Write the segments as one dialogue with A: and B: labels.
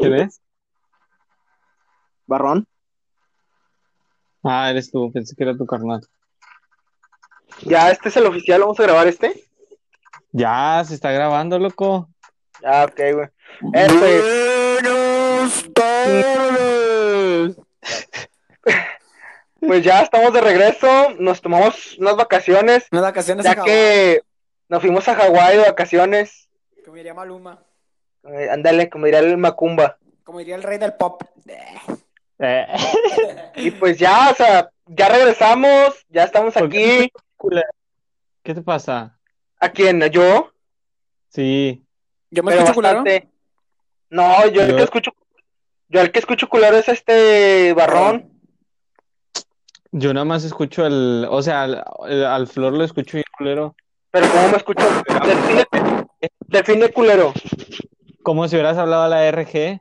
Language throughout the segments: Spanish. A: ¿Te ves?
B: Barrón.
A: Ah, eres tú, pensé que era tu carnal.
B: Ya, este es el oficial, vamos a grabar este.
A: Ya, se está grabando, loco.
B: Ah, ok, güey. Este,
C: Buenas tardes.
B: pues ya estamos de regreso, nos tomamos unas vacaciones,
C: Unas vacaciones
B: ya que nos fuimos a Hawái de vacaciones.
C: Como diría Maluma.
B: Eh, Ándale, como diría el Macumba.
C: Como diría el rey del pop.
A: Eh,
B: Y pues ya, o sea, ya regresamos, ya estamos
A: ¿Por qué
B: aquí.
A: ¿Qué te pasa?
B: ¿A quién? ¿A ¿Yo?
A: Sí,
C: Yo me
B: Pero
C: escucho culero.
B: bastante. No, yo el
A: Yo-
B: que escucho, yo el que escucho culero es este Barrón.
A: yo nada más escucho el, o sea, al, el- al Flor lo escucho bien culero,
B: Pero ¿cómo me escucho? Define, define culero.
A: como si hubieras hablado a la RG,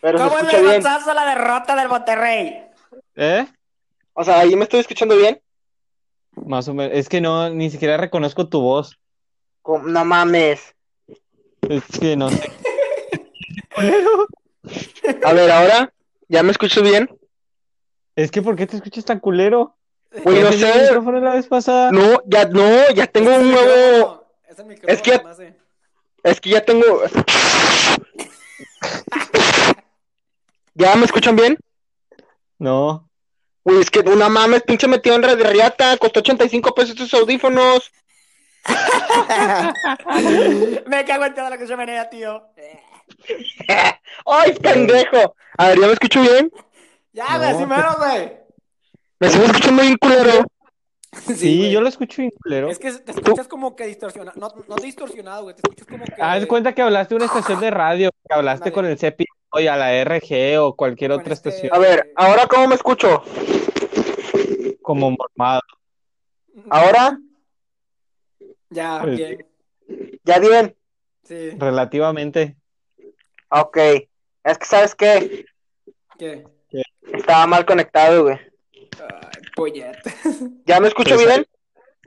B: Pero se
C: ¿Cómo
B: escucha bien.
C: avanzamos a la derrota del Monterrey?
A: ¿eh?
B: O sea, ahí me estoy escuchando bien.
A: Más o menos, es que no, ni siquiera reconozco tu voz,
B: Com- No mames.
A: es que no sé.
B: A ver, ahora, ¿ya me escucho bien?
A: Es que ¿por qué te escuchas tan culero?
B: Güey,
A: ¿Ya
B: Pues no
A: tenía el
B: sé.
A: micrófono la vez pasada?
B: No, ya, no, ya tengo un nuevo.
C: Es el micrófono.
B: Es que-
C: se me hace.
B: Es que ya tengo. ¿Ya me escuchan bien?
A: No,
B: Güey, es que una mames, pinche metido en red de riata, costó 85 pesos estos audífonos.
C: Me cago en toda la que se menea, tío.
B: ¡Ay, pendejo! A ver, ¿ya me escucho bien?
C: Ya, güey,
A: No,
C: sí mero, güey.
B: Me estoy escuchando bien culero.
C: Sí,
A: sí,
C: güey.
A: yo lo escucho bien culero.
C: Es que te escuchas como que distorsionado. No, no distorsionado, güey. Te escuchas como que.
B: Ah,
A: Haz cuenta que hablaste de una estación de radio, que hablaste
C: Ándale.
A: con el CEPI o a la RG o cualquier
C: Con
A: otra
C: este-
A: estación
B: A ver, ¿ahora cómo me escucho?
A: como mormado.
B: ¿Ahora?
C: Ah, Ya,
A: Pues-
C: bien.
B: ¿Ya bien?
C: Sí.
A: Relativamente.
B: Ok. Es que, ¿sabes qué?
C: ¿Qué?
B: Estaba mal conectado, güey.
C: Ay, pollete.
B: ¿Ya me escucho
A: Pues,
B: bien?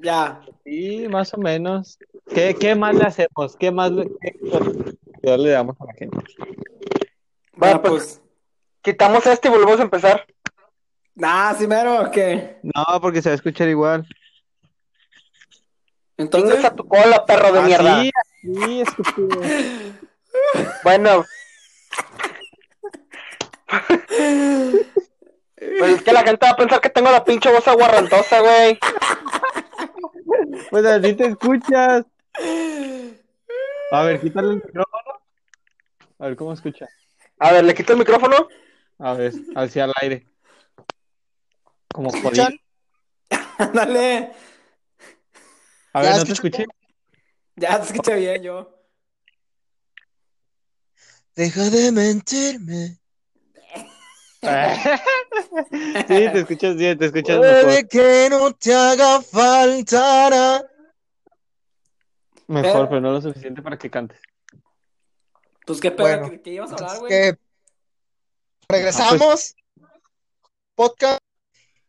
C: Ya.
A: Sí, más o menos. ¿Qué, qué más le hacemos? ¿Qué más le, qué cuidado le damos a la gente?
C: Bueno,
B: Bueno, pues-
C: pues.
B: Quitamos este y volvemos a empezar.
C: Nah, sí mero, ¿qué?
A: No, porque se va a escuchar igual.
C: Entonces.
B: Entonces a tu cola, perro de mierda.
A: Así, Ah, así, estúpido.
B: Bueno. Pues es que la gente va a pensar que tengo la pinche voz aguarrantosa, güey.
A: Pues así te escuchas. A ver, quítale el micrófono. A ver cómo escucha.
B: A ver, ¿le quito el micrófono?
A: A ver, así al aire. Como jodido.
B: ¿Escuchan?
C: Ándale.
A: A
B: ¿Ya
A: ver, no te
B: escuchan?
A: escuché.
C: Ya te escuché bien yo.
D: Deja de mentirme.
A: Sí, te escuchas bien, te escuchas mejor.
D: Puede que no te haga falta nada.
A: Mejor,
C: Eh.
A: pero no lo suficiente para que cantes.
C: Pues qué pedo,
D: Bueno.
C: ¿qué, qué ibas a hablar,
D: Entonces,
C: Ah, güey?
D: que regresamos, podcast,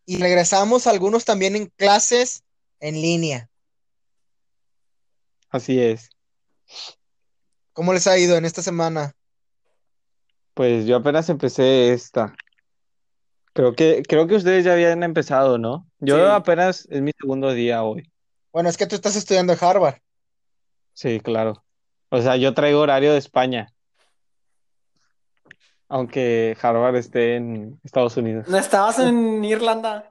D: y regresamos algunos también en clases en línea.
A: Así es.
D: ¿Cómo les ha ido en esta semana?
A: Pues yo apenas empecé esta. Creo que, creo que ustedes ya habían empezado, ¿no? Yo
C: Sí.
A: apenas es mi segundo día hoy.
D: Bueno, es que tú estás estudiando en Harvard.
A: Sí, claro. O sea, yo traigo horario de España. Aunque Harvard esté en Estados Unidos.
C: No estabas en Irlanda.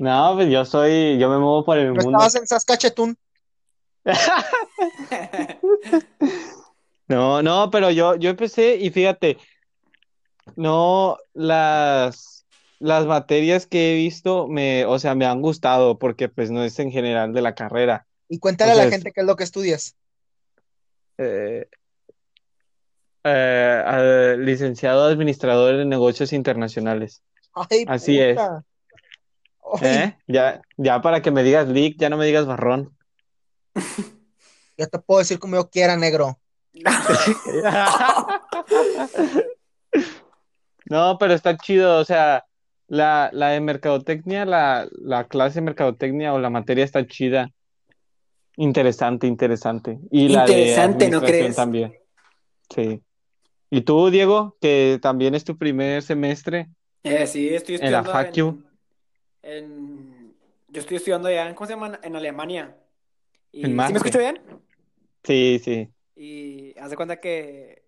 A: No, pues yo soy, yo me muevo por el
D: No
A: mundo.
D: estabas en Saskatchewan.
A: No, no, pero yo, yo empecé y fíjate, no, las, las materias que he visto me, o sea, me han gustado porque pues no es en general de la carrera.
D: Y cuéntale
A: O sea,
D: a la
A: es-
D: gente qué es lo que estudias.
A: Eh, eh, eh, licenciado administrador en negocios internacionales.
D: Ay,
A: Así es.
D: puta. Ay,
A: ¿Eh? Ya, ya para que me digas leak, ya no me digas barrón.
D: yo te puedo decir como yo quiera, negro.
A: No, pero está chido, o sea, la, la de mercadotecnia, la, la clase de mercadotecnia o la materia está chida. Interesante, interesante. Y la de
C: Interesante, ¿no
A: administración
C: crees?
A: también. Sí. ¿Y tú, Diego, que también es tu primer semestre?
C: Eh, sí, estoy
A: En la
C: estudiando
A: FACU.
C: en, en- Yo estoy estudiando allá, en- ¿cómo se llama? En Alemania. Y,
A: En
C: ¿sí me
A: Marte.
C: escucho bien?
A: Sí, sí.
C: Y haz de cuenta que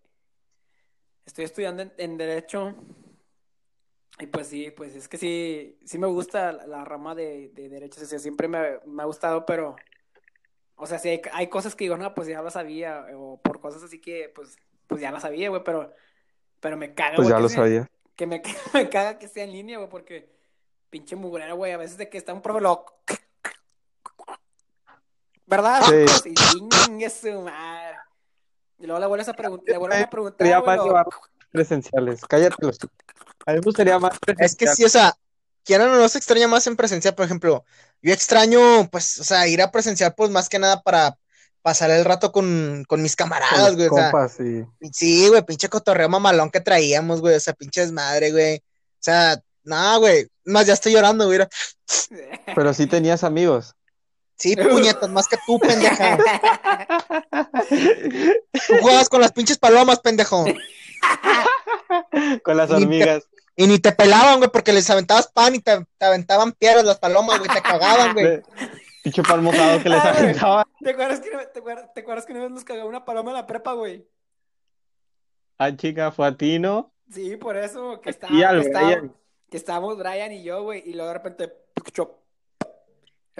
C: estoy estudiando en, en Derecho. Y pues sí, pues es que sí, sí me gusta la, la rama de, de Derecho. O sea, siempre me, me ha gustado, pero. O sea, sí hay, hay cosas que digo, no, pues ya lo sabía. O por cosas así que, pues, pues ya lo sabía, güey, pero. Pero me caga,
A: Pues
C: güey, que se- que me, que me caga que sea en línea, güey, porque pinche mugrero, güey, a veces de que está un profe loco. ¿Verdad?
A: Sí.
C: Pues, Y chingue su madre. Y luego le vuelves a preguntar, le vuelves a preguntar,
A: Sería
C: güey,
A: más
C: lo-
A: llevar presenciales. Cállate los. A mí me gustaría más
D: Es que
A: presencial.
D: sí, o sea, quieran o no se extraña más en presencial, por ejemplo, yo extraño, pues, o sea, ir a presencial, pues, más que nada para pasar el rato con, con mis camaradas, güey, o sea,
A: Compas, sí.
D: sí, güey, pinche cotorreo mamalón que traíamos, güey, o sea, pinche desmadre, güey, o sea, no, güey, más ya estoy llorando, güey,
A: Pero sí tenías amigos.
D: sí, puñetas, más que tú, pendeja, tú jugabas con las pinches palomas, pendejo,
A: Con las
D: Ni te-
A: hormigas.
D: y ni te pelaban, güey, porque les aventabas pan y te, te aventaban piedras las palomas, güey, te cagaban, güey,
A: De- Pinche pan mojado que les
C: Ah, güey.
A: aventaba.
C: ¿Te acuerdas, que, una- te, acuerdas, te acuerdas que una vez nos cagó una paloma en la prepa, güey?
A: Ah, chica, fue a ti, ¿no?
C: Sí, por eso, que
A: Y al
C: estábamos, que estábamos-
A: Brian.
C: que estábamos Brian y yo, güey, y luego de repente, yo,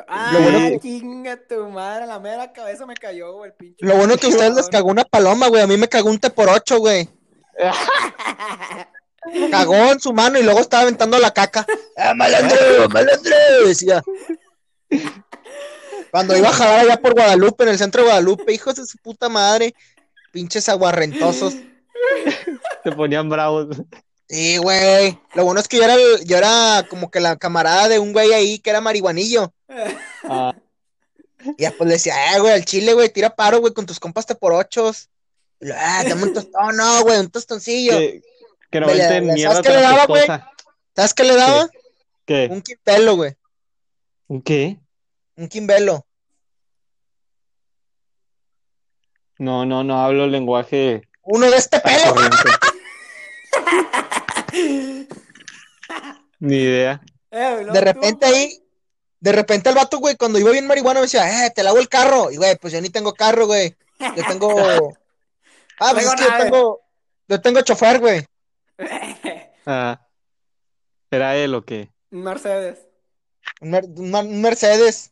C: ah,
A: Lo bueno-
C: chinga tu madre, la mera cabeza me cayó, güey, el pinche.
D: lo bueno que a ustedes les cagó una paloma, güey, a mí me cagó un té por ocho, güey. cagó en su mano y luego estaba aventando la caca. ¡Ah, malandro! ¡Malandro! Decía. Cuando iba a jalar allá por Guadalupe, en el centro de Guadalupe, hijos de su puta madre. Pinches aguarrentosos.
A: Se ponían bravos.
D: Sí, güey. Lo bueno es que yo era, el- yo era como que la camarada de un güey ahí que era marihuanillo.
A: Ah,
D: Y después le decía, eh, güey, al chile, güey, tira paro, güey, con tus compas te por ochos. Y lo, ah, dame un tostón, no, güey, un tostoncillo.
A: que, que no
D: Me le-
A: venden
D: ¿sabes
A: mierda
D: qué le
A: tras tu
D: daba, güey?
A: esposa.
D: ¿Sabes qué le daba?
A: ¿Qué?
D: Un quimpelo, güey.
A: ¿Un qué?
D: Un quimbelo.
A: No, no, no hablo lenguaje
D: Uno de este
A: tan
D: pelo.
A: corriente. Ni idea.
C: Eh,
D: De repente ahí, de repente el vato, güey, cuando iba bien marihuana me decía, eh, te lavo el carro. Y, güey, pues yo ni tengo carro, güey. Yo tengo. Ah, pues
C: Tengo
D: es que yo
C: nave.
D: tengo. Yo tengo chofer, güey.
A: Ah, ¿Era él o qué?
C: Mercedes.
D: Un, mer- un mer- un Mercedes.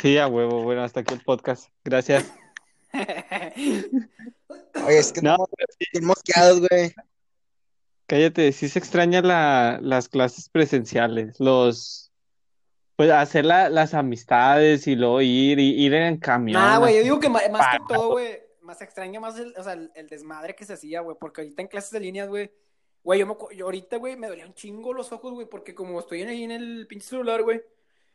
A: Sí, a huevo. Bueno, hasta aquí el podcast. Gracias.
D: Oye, es que
A: No,
D: estamos bien mosqueados, güey.
A: Cállate, sí se extraña la- las clases presenciales, los, pues hacer la- las amistades y luego ir, y, ir en camión.
C: Nah, güey, yo
A: así.
C: digo que ma- más, que todo, güey, más extraña más el, o sea, el, el desmadre que se hacía, güey, porque ahorita en clases de líneas, güey, güey, yo, me, acu- yo ahorita, güey, me dolían un chingo los ojos, güey, porque como estoy en- ahí en el pinche celular, güey,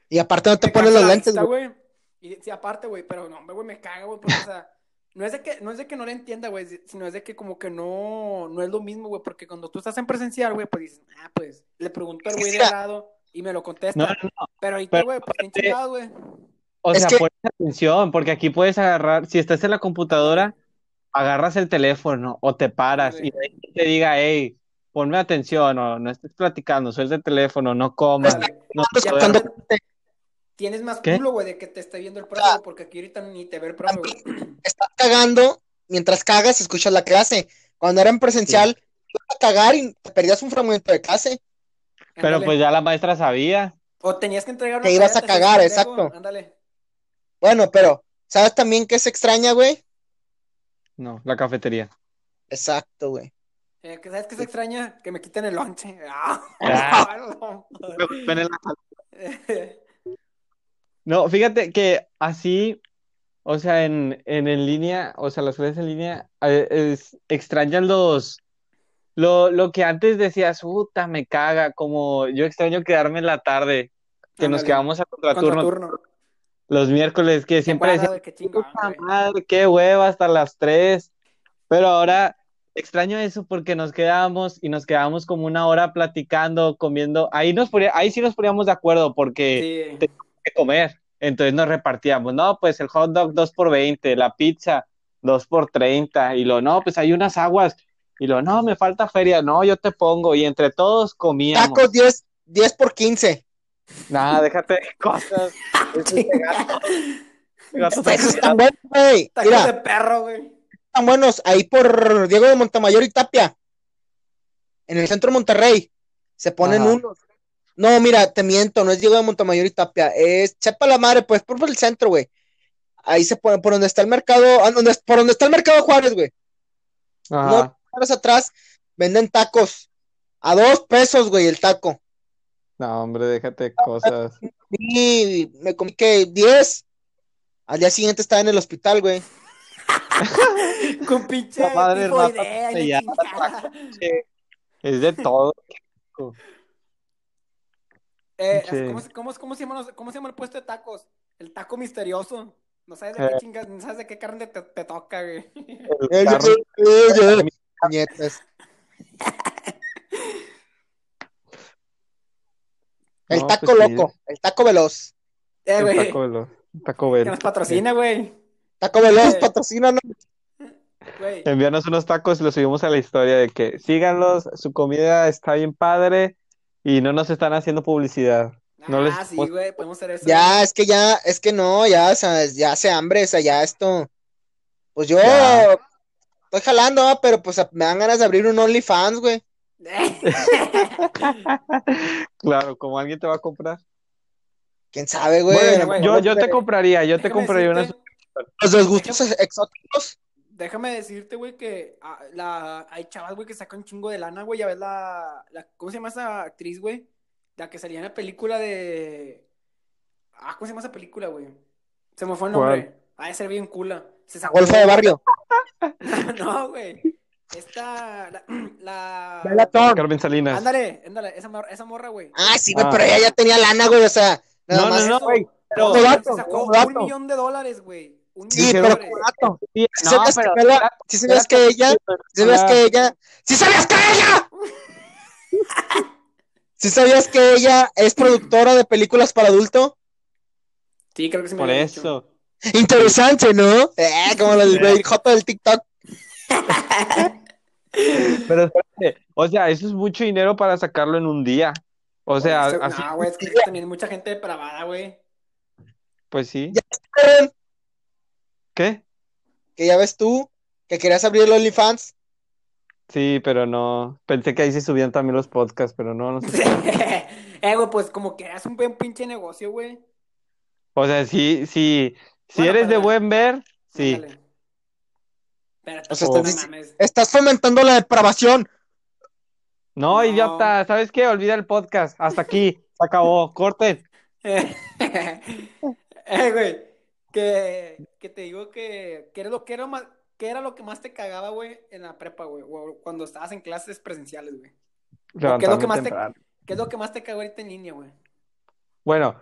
D: Y aparte no te
C: me
D: pones
C: cansa
D: los
C: la
D: lentes,
C: vista,
D: güey.
C: güey. Y sí, aparte, güey, pero no, hombre, güey, me caga, güey, porque, o sea, no es de que no, es de que no le entienda, güey, si- sino es de que como que no, no es lo mismo, güey, porque cuando tú estás en presencial, güey, pues dices, ah, pues, le pregunto al
D: Es que
C: güey de
D: mira-
C: al lado y me lo contesta.
A: No, no, no.
C: Pero ahorita,
A: Pero
C: güey, pues, bien
A: aparte-
C: chingado, güey.
A: O
D: Es
A: sea,
D: que-
A: pones atención, porque aquí puedes agarrar, si estás en la computadora, agarras el teléfono o te paras y
C: Ándale.
A: ahí te diga, hey, ponme atención, o no estés platicando, suelta el teléfono, no comas,
C: Ándale.
A: no
D: Pues,
C: Ya,
A: jodas".
D: cuando-
C: Tienes más
A: ¿Qué?
C: culo, güey, de que te esté viendo el profe,
D: Ah.
C: güey, porque aquí ahorita ni te ve el profe, güey.
D: estás cagando, mientras cagas, escuchas la clase. Cuando era en presencial, ibas a cagar y te perdías un fragmento de clase.
A: Pero
C: Ándale.
A: pues ya la maestra sabía.
C: O tenías que entregar
D: Te ibas
C: tarea, te
D: a
C: hacías
D: cagar,
C: pendejo,
D: exacto.
C: Ándale.
D: Bueno, pero, ¿sabes también qué se extraña, güey?
A: No, la cafetería.
D: Exacto, güey.
C: Eh, que ¿Sabes qué se extraña? Que me quiten el lonche. Ah.
A: No, fíjate que así, o sea, en, en, en línea, o sea, las clases en línea, eh, es, extrañan los, lo, lo que antes decías, puta, me caga, como yo extraño quedarme en la tarde, que nos
C: Ándale.
A: quedamos a contraturno
C: Contraturno.
A: los miércoles, que siempre decían,
C: Temporada, güey, qué chingón,
A: puta
C: güey.
A: madre, qué hueva hasta las 3. Pero ahora extraño eso porque nos quedábamos y nos quedábamos como una hora platicando, comiendo. Ahí nos ponía- ahí sí nos poníamos de acuerdo porque
C: Sí.
A: que comer. Entonces nos repartíamos, no, pues el hot dog 2 por 20, la pizza, dos por treinta, y lo, no, pues hay unas aguas, y lo, no, me falta feria, no, yo te pongo, y entre todos comíamos.
D: Tacos 10, 10 por 15.
A: Nada, déjate de cosas. Eso es de gato. Gato
D: Esos
A: también.
D: están buenos, güey.
C: Pues, Tacos de
D: Mira,
C: perro, güey.
D: están buenos. Ahí por Diego de Montemayor y Tapia. En el centro de Monterrey. Se ponen
A: Ajá.
D: unos. No, mira, te miento, no es Diego de Montemayor y Tapia. Es Chepa la madre, pues por el centro, güey. Ahí se pone, por donde está el mercado, ah, donde- por donde está el mercado Juárez, güey.
A: Ajá.
D: No, cuadras atrás venden tacos. A dos pesos, güey, el taco.
A: No, hombre, déjate de cosas.
D: Y me comí que 10. Al día siguiente estaba en el hospital, güey.
C: Con pinche
A: La madre
C: tipo de
A: rata
C: idea y la
A: sellada,
C: chingada.
A: Es de todo.
C: Eh,
A: Pinche-
C: ¿cómo, se- cómo, se- cómo se llama, los- cómo se llama el puesto de tacos? El taco misterioso. No sabes de qué
A: Eh.
C: chingas, no sabes de qué carne te, te toca, güey.
A: El
D: Eh,
A: carro-
D: eh, eh, puñetas. El
A: No,
D: taco
A: pues sí.
D: loco, el taco veloz.
C: Eh,
A: el
C: güey.
A: taco de los- Taco
C: Que
A: Bell.
C: nos patrocina, güey.
D: Taco veloz,
C: Eh.
D: patrocina, ¿no?
C: Güey.
A: Envíanos unos tacos y los subimos a la historia de que síganlos, su comida está bien padre y no nos están haciendo publicidad. no
C: ah,
A: les-
C: sí, güey, podemos hacer eso.
D: Ya, es que ya, es que no, ya, o sea, ya hace hambre, o sea, ya esto. Pues yo
A: Ya.
D: estoy jalando, ah, pero pues me dan ganas de abrir un OnlyFans, güey.
A: Claro, como alguien te va a comprar.
D: ¿Quién sabe, güey?
C: Bueno,
D: A lo
C: güey,
D: mejor
A: Yo, yo te
D: los-
A: compraría, yo te
C: Déjame
A: compraría una.
C: decirte-
D: Los desgustos exóticos.
C: Déjame decirte, güey, que ah, la, hay chavas, güey, que sacan un chingo de lana, güey. Ya ves la, la- ¿Cómo se llama esa actriz, güey? La que salía en la película de. Ah, ¿cómo se llama esa película, güey? Se me fue el nombre. Ha de ser bien cula. Se sacó.
D: Golfa de barrio.
C: no, güey. Esta. La. la-
A: Carmen Salinas.
C: Ándale, ándale, esa, mor- esa morra, güey.
D: Ah, sí, güey,
A: Ah.
D: pero ella ya tenía lana, güey, o sea, nada
A: No, no,
D: más.
A: no,
C: Eso,
A: güey, pero-
C: güey,
D: Dato,
C: se sacó
D: dato.
C: un millón de dólares, güey. Un
D: Sí,
C: millón de
D: pero
A: Dijeron-
C: dólares.
D: como dato.
A: Sí,
D: Si
A: no,
D: sabías
A: pero
D: que ella, si sabías que ella, si sabías que ella, si sabías que ella, si sabías que ella es productora de películas para adulto,
C: Sí, creo que sí me
A: por
C: había dicho.
A: eso.
D: interesante, ¿no? Eh, como el güey Joto del TikTok.
A: Pero espérate, o sea, eso es mucho dinero para sacarlo en un día. O sea,
C: Eso-
A: así,
C: no, güey, es que también hay mucha gente depravada, güey.
A: pues sí.
D: Pero,
A: ¿Qué?
D: Que ya ves tú, que querías abrir el OnlyFans.
A: Sí, pero no. Pensé que ahí se subían también los podcasts, pero no, no sé.
C: eh, güey, pues como que haces un buen pinche negocio, güey.
A: O sea, sí, sí, si
C: Bueno,
A: eres de
C: pero-
A: buen ver, sí.
C: Ándale. Pero
D: O sea,
C: tampoco
A: estás
C: no mames.
D: Estás fomentando la depravación.
A: No,
C: No.
A: idiota, ¿sabes qué? Olvida el podcast. Hasta aquí, se acabó. Corten.
C: eh, güey, que, que te digo que, que, era lo, que, era más, que era lo que más te cagaba, güey, en la prepa, güey, o cuando estabas en clases presenciales, güey. Lo que es lo que
A: Levantarme
C: más te-
A: temprano.
C: ¿Qué es lo que más te cagó ahorita en línea, güey?
A: Bueno,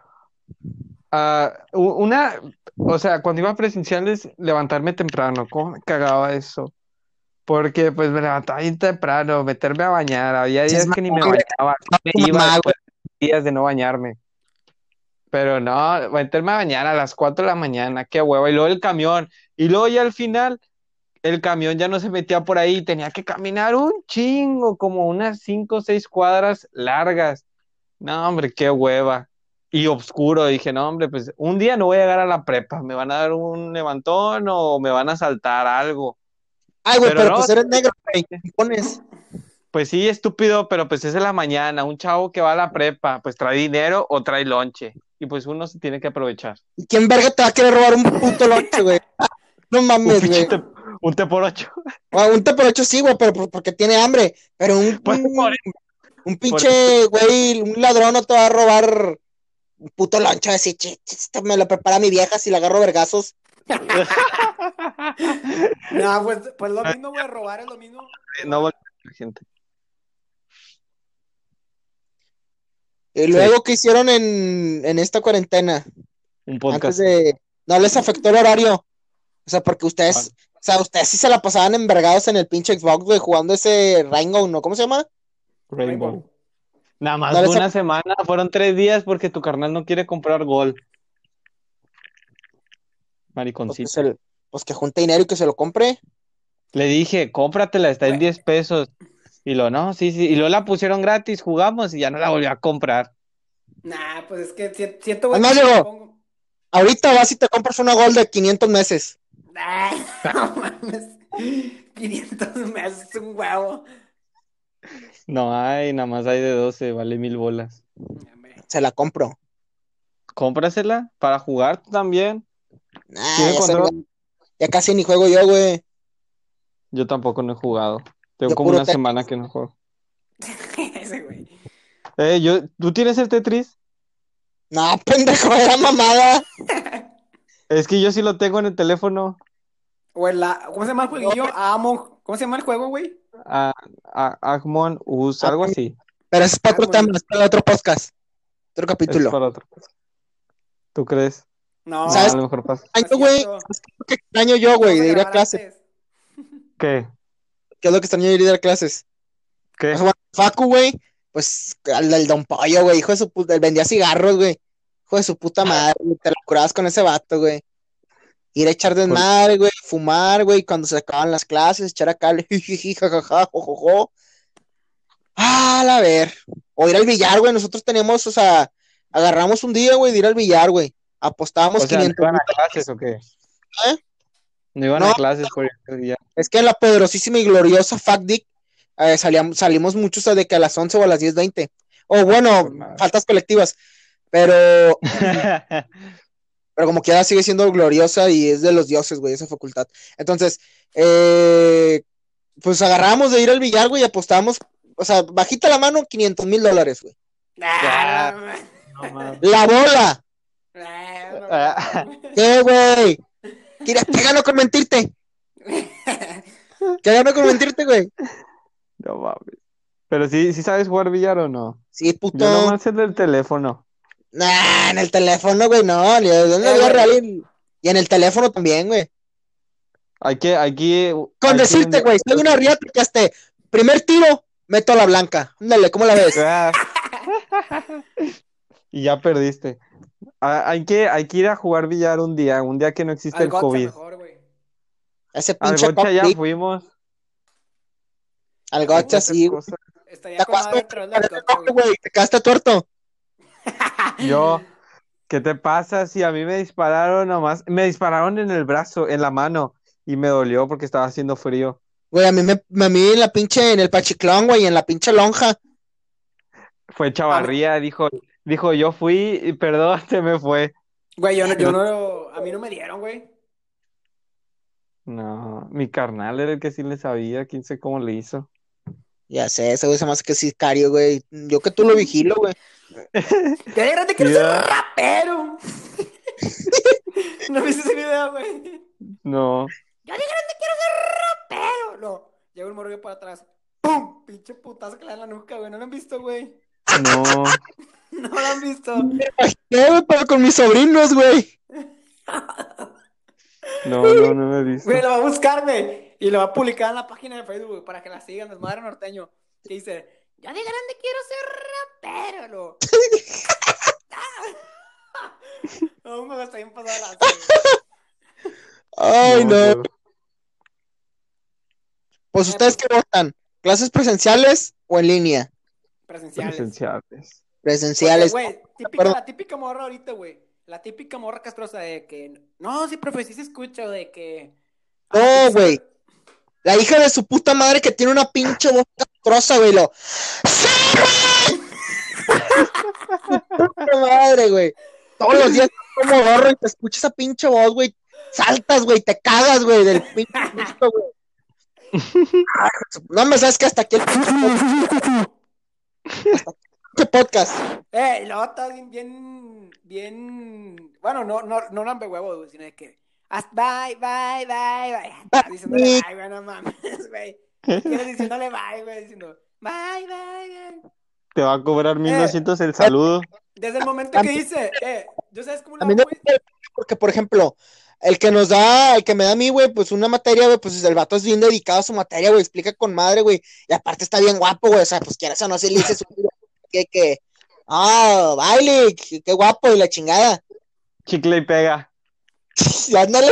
A: ah, u- una, o sea, cuando iba a presenciales, levantarme temprano, ¿cómo me cagaba eso? Porque pues me levantaba bien temprano, meterme a bañar, había
D: Sí, es
A: días que ni me
D: mamón, güey.
A: bañaba, me
D: Tu
A: iba pues,
D: mamá,
A: después de días de no bañarme. Pero no, meterme a bañar a las 4 de la mañana, qué hueva, y luego el camión, y luego ya al final, el camión ya no se metía por ahí, tenía que caminar un chingo, como unas 5 o 6 cuadras largas. No, hombre, qué hueva. Y oscuro, dije, no, hombre, pues un día no voy a llegar a la prepa, me van a dar un levantón o me van a saltar algo.
D: Ay, güey,
A: Pero
D: pero,
A: no,
D: pues eres negro, güey. ¿qué pones?
A: Pues sí, estúpido, pero pues es de la mañana, un chavo que va a la prepa, pues trae dinero o trae lonche, y pues uno se tiene que aprovechar.
D: ¿Y quién verga te va a querer robar un puto lonche, güey? No
A: Un
D: mames,
A: pinche
D: güey.
A: te- un te por ocho.
D: Ah, un té por ocho sí, güey, pero por- porque tiene hambre. Pero un,
A: Pues,
D: un,
A: por
D: un pinche güey, un ladrón no te va a robar un puto loncho. Así, "Chi, chi, esto me lo prepara mi vieja si la agarro a vergazos.
C: No, pues, pues lo mismo, güey, robar es lo mismo.
A: No voltees a la gente.
D: Y luego, ¿qué hicieron en, en esta cuarentena?
A: Un
D: Antes
A: podcast.
D: de. No les afectó el horario. O sea, porque ustedes.
A: Ah.
D: O sea, ustedes sí se la pasaban envergados en el pinche Xbox, güey, jugando ese Rainbow, ¿no? ¿Cómo se llama?
A: Rainbow.
C: Rainbow.
A: Nada más
D: No
A: fue
D: les-
A: una semana, fueron tres días porque tu carnal no quiere comprar gol.
D: Pues,
A: Mariconcito.
D: pues, el, pues que junte dinero y que se lo compre.
A: Le dije, cómpratela, está en
C: Güey.
A: 10 pesos. Y lo, no, sí, sí. Y luego la pusieron gratis, jugamos y ya no la volvió a comprar.
C: Nah, pues es que si- siento, güey.
D: Además,
C: que si
D: Diego.
C: me pongo-
D: Ahorita vas y te compras una gol de 500 meses.
C: Nah, no mames. 500 meses es un huevo.
A: No hay, nada más hay de 12, vale mil bolas.
C: Hombre,
D: Se la compro.
A: Cómprasela para jugar tú también.
D: Nah,
A: ¿Tiene
D: Ah, ya, soy
A: control?
D: güey. Ya casi ni juego yo, güey.
A: Yo tampoco no he jugado. Tengo
D: Yo
A: como
D: puro
A: una
D: Tetris.
A: semana que no juego.
C: Ese güey.
A: Eh, yo, ¿tú tienes el Tetris?
D: No, pendejo, era mamada.
A: Es que yo sí lo tengo en el teléfono.
C: O el la- ¿Cómo se llama el jueguillo? Amo. ¿Cómo se llama el juego, güey?
A: A, a, Agmon
D: Ah,
A: Us, algo así.
D: Pero ese es para otro
C: Ah, güey.
D: tema, es para otro podcast. Otro
A: Es
D: capítulo.
A: para otro. ¿Tú crees?
C: No.
A: No,
D: ¿Sabes?
A: a lo mejor pasa.
D: Ay,
C: no es
D: güey,
C: cierto.
D: lo que extraño yo, güey,
C: Vamos
D: de ir a
C: grabar este
D: clases?
C: antes.
A: ¿Qué?
D: ¿Qué es lo que extraño de ir a clases?
A: ¿Qué?
D: O sea, bueno, Facu, güey, pues al del Don Pollo, güey, hijo de su puta, él vendía cigarros, güey. Hijo de su
A: Ah.
D: puta madre, güey, te la curabas con ese vato, güey. Ir a echar desmadre, güey, fumar, güey, cuando se acaban las clases, echar acá el jijiji, jajaja, jojojo. Ah, la ver. O ir al billar, güey, nosotros teníamos, o sea, agarramos un día, güey, de ir al billar, güey. Apostábamos
A: O sea, ¿no
D: 500.
A: iban a clases o qué? ¿No iban
D: ¿Eh? No.
A: a clases por el día?
D: Es que en la poderosísima y gloriosa FACDIC eh, salíamos, salimos muchos de que a las 11 o a las 10.20. O bueno,
A: Madre.
D: faltas colectivas. Pero, pero como quiera sigue siendo gloriosa y es de los dioses, güey, esa facultad. Entonces, eh, pues agarramos de ir al billar, güey, y apostamos, o sea, bajita la mano, 500 mil dólares, güey.
C: Ah,
A: Ya.
C: no mames.
D: La bola,
C: Ah, no
A: Ah.
C: mames.
D: ¿qué, güey? ¿Qué qué gano con mentirte? ¿Qué gano con mentirte, güey?
A: No mames. Pero sí, sí sabes jugar billar o no.
D: Sí,
A: Yo
D: puto.
A: nomás el del teléfono.
D: Nah, en el teléfono, güey, no. ni- en la
C: Eh,
D: vida
C: güey.
D: real y- Y en el teléfono también, güey.
A: Hay que, hay que-
D: Con
A: hay que un
D: decirte,
A: día-
D: güey, soy una riata que hasta primer tiro, meto a la blanca. Ándale, ¿cómo la ves?
A: Ah. y ya perdiste. Ah, Hay que, hay que ir a jugar billar un día, un día que no existe
C: Al
A: el
C: Gotcha
A: COVID.
C: mejor, güey.
D: Ese
A: Al
D: pinche
A: Gotcha ya
D: cockpit,
A: fuimos.
D: al gotcha,
A: muchas
D: sí. güey.
A: cosas.
C: Estaría
D: ¿Te
C: con
D: acuerdas,
C: madre otra
D: güey?
C: vez
D: Al
C: al Gotcha,
D: Gotcha,
C: güey.
D: güey, Te quedaste tuerto.
A: Yo, ¿qué te pasa si a mí me dispararon nomás? Me dispararon en el brazo, en la mano, y me dolió porque estaba haciendo frío.
D: Güey, a mí me, me- a mí en la pinche, en el pachiclón, güey, en la pinche lonja.
A: Fue Chavarría, dijo, dijo, yo fui, y perdón, se me fue.
C: Güey, yo no, yo no, a mí no me dieron, güey.
A: No, mi carnal era el que sí le sabía, quién sé cómo le hizo.
D: Ya sé, ese güey se me hace que es sicario, güey. Yo que tú lo vigilo, güey.
C: Ya de grande quiero
A: Ya.
C: ser rapero. ¿No viste ese video, güey?
A: No,
C: Ya de grande quiero ser rapero. No, llega un morrillo para atrás. ¡Pum! Pinche putazo que le da en la nuca, güey. ¿No lo han visto, güey?
A: no.
C: No lo han visto.
D: ¿Qué, Eh, güey? Pero con mis sobrinos, güey.
A: No, no, no me dice.
C: Güey, lo va a buscar, güey. Y lo va a publicar en la página de Facebook, güey, para que la sigan, desmadre norteño. Que dice, ya de grande quiero ser rapero, lo. No, me está bien eh, pasada la
D: Ay, no.
A: No, no.
D: Pues ustedes qué votan, clases presenciales o en línea,
C: presenciales.
A: Presenciales.
D: presenciales.
C: Porque, güey, típica,
D: acuerdo.
C: la típica morra ahorita, güey. La típica morra castrosa de que, no, sí, profe, sí se escucha, de que.
D: No,
C: Ah, sí,
D: güey. La hija de su puta madre que tiene una pinche boca troza, güey. Lo... puta madre, güey. Todos los días como gorro y te escucha esa pinche voz, güey. Saltas, güey, te cagas, güey, del pinche susto, güey. Ah, No me sabes que hasta aquí el pinche podcast. Hasta aquí el pinche podcast.
C: Eh, y luego está bien, bien, bien, bueno, no, no, no lambe huevo, güey, sino de que, haz- bye, bye, bye, bye, Estás diciéndole bye, güey, no mames, güey, quieres diciéndole bye, güey, diciendo, bye, bye, bye,
A: Te va a cobrar 1200 el saludo.
C: desde el momento que dice, eh, yo sabes cómo
D: A
C: la
D: mí
C: hago,
D: no
C: güey,
D: me porque, por ejemplo, el que nos da, el que me da a mí, güey, pues una materia, güey, pues el vato es bien dedicado a su materia, güey, explica con madre, güey, y aparte está bien guapo, güey, o sea, pues quieras o no, si le dices un- que, que, ah, baile, qué, qué guapo, y la chingada,
A: Chicle y pega.
D: y ándale,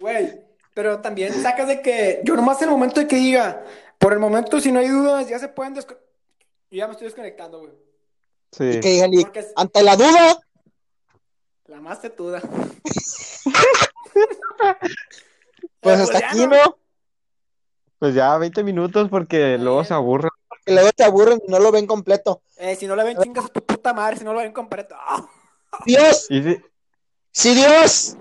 C: Güey, pero también sacas de que yo nomás en el momento de que diga, por el momento si no hay dudas, ya se pueden desco- Yo ya me estoy desconectando, güey.
A: Sí.
D: Que digan, y,
C: Porque es
D: ante la duda,
C: la más tetuda.
D: pues
C: Ya,
D: hasta
C: ya
D: aquí, ¿no?
A: Pues ya 20 minutos porque luego se aburre.
D: Que luego te aburren y no lo ven completo.
C: Eh, si no la ven, chingas a tu puta madre, si no la ven completo. ¡Ah!
D: Dios,
A: Y sí,
D: si Dios,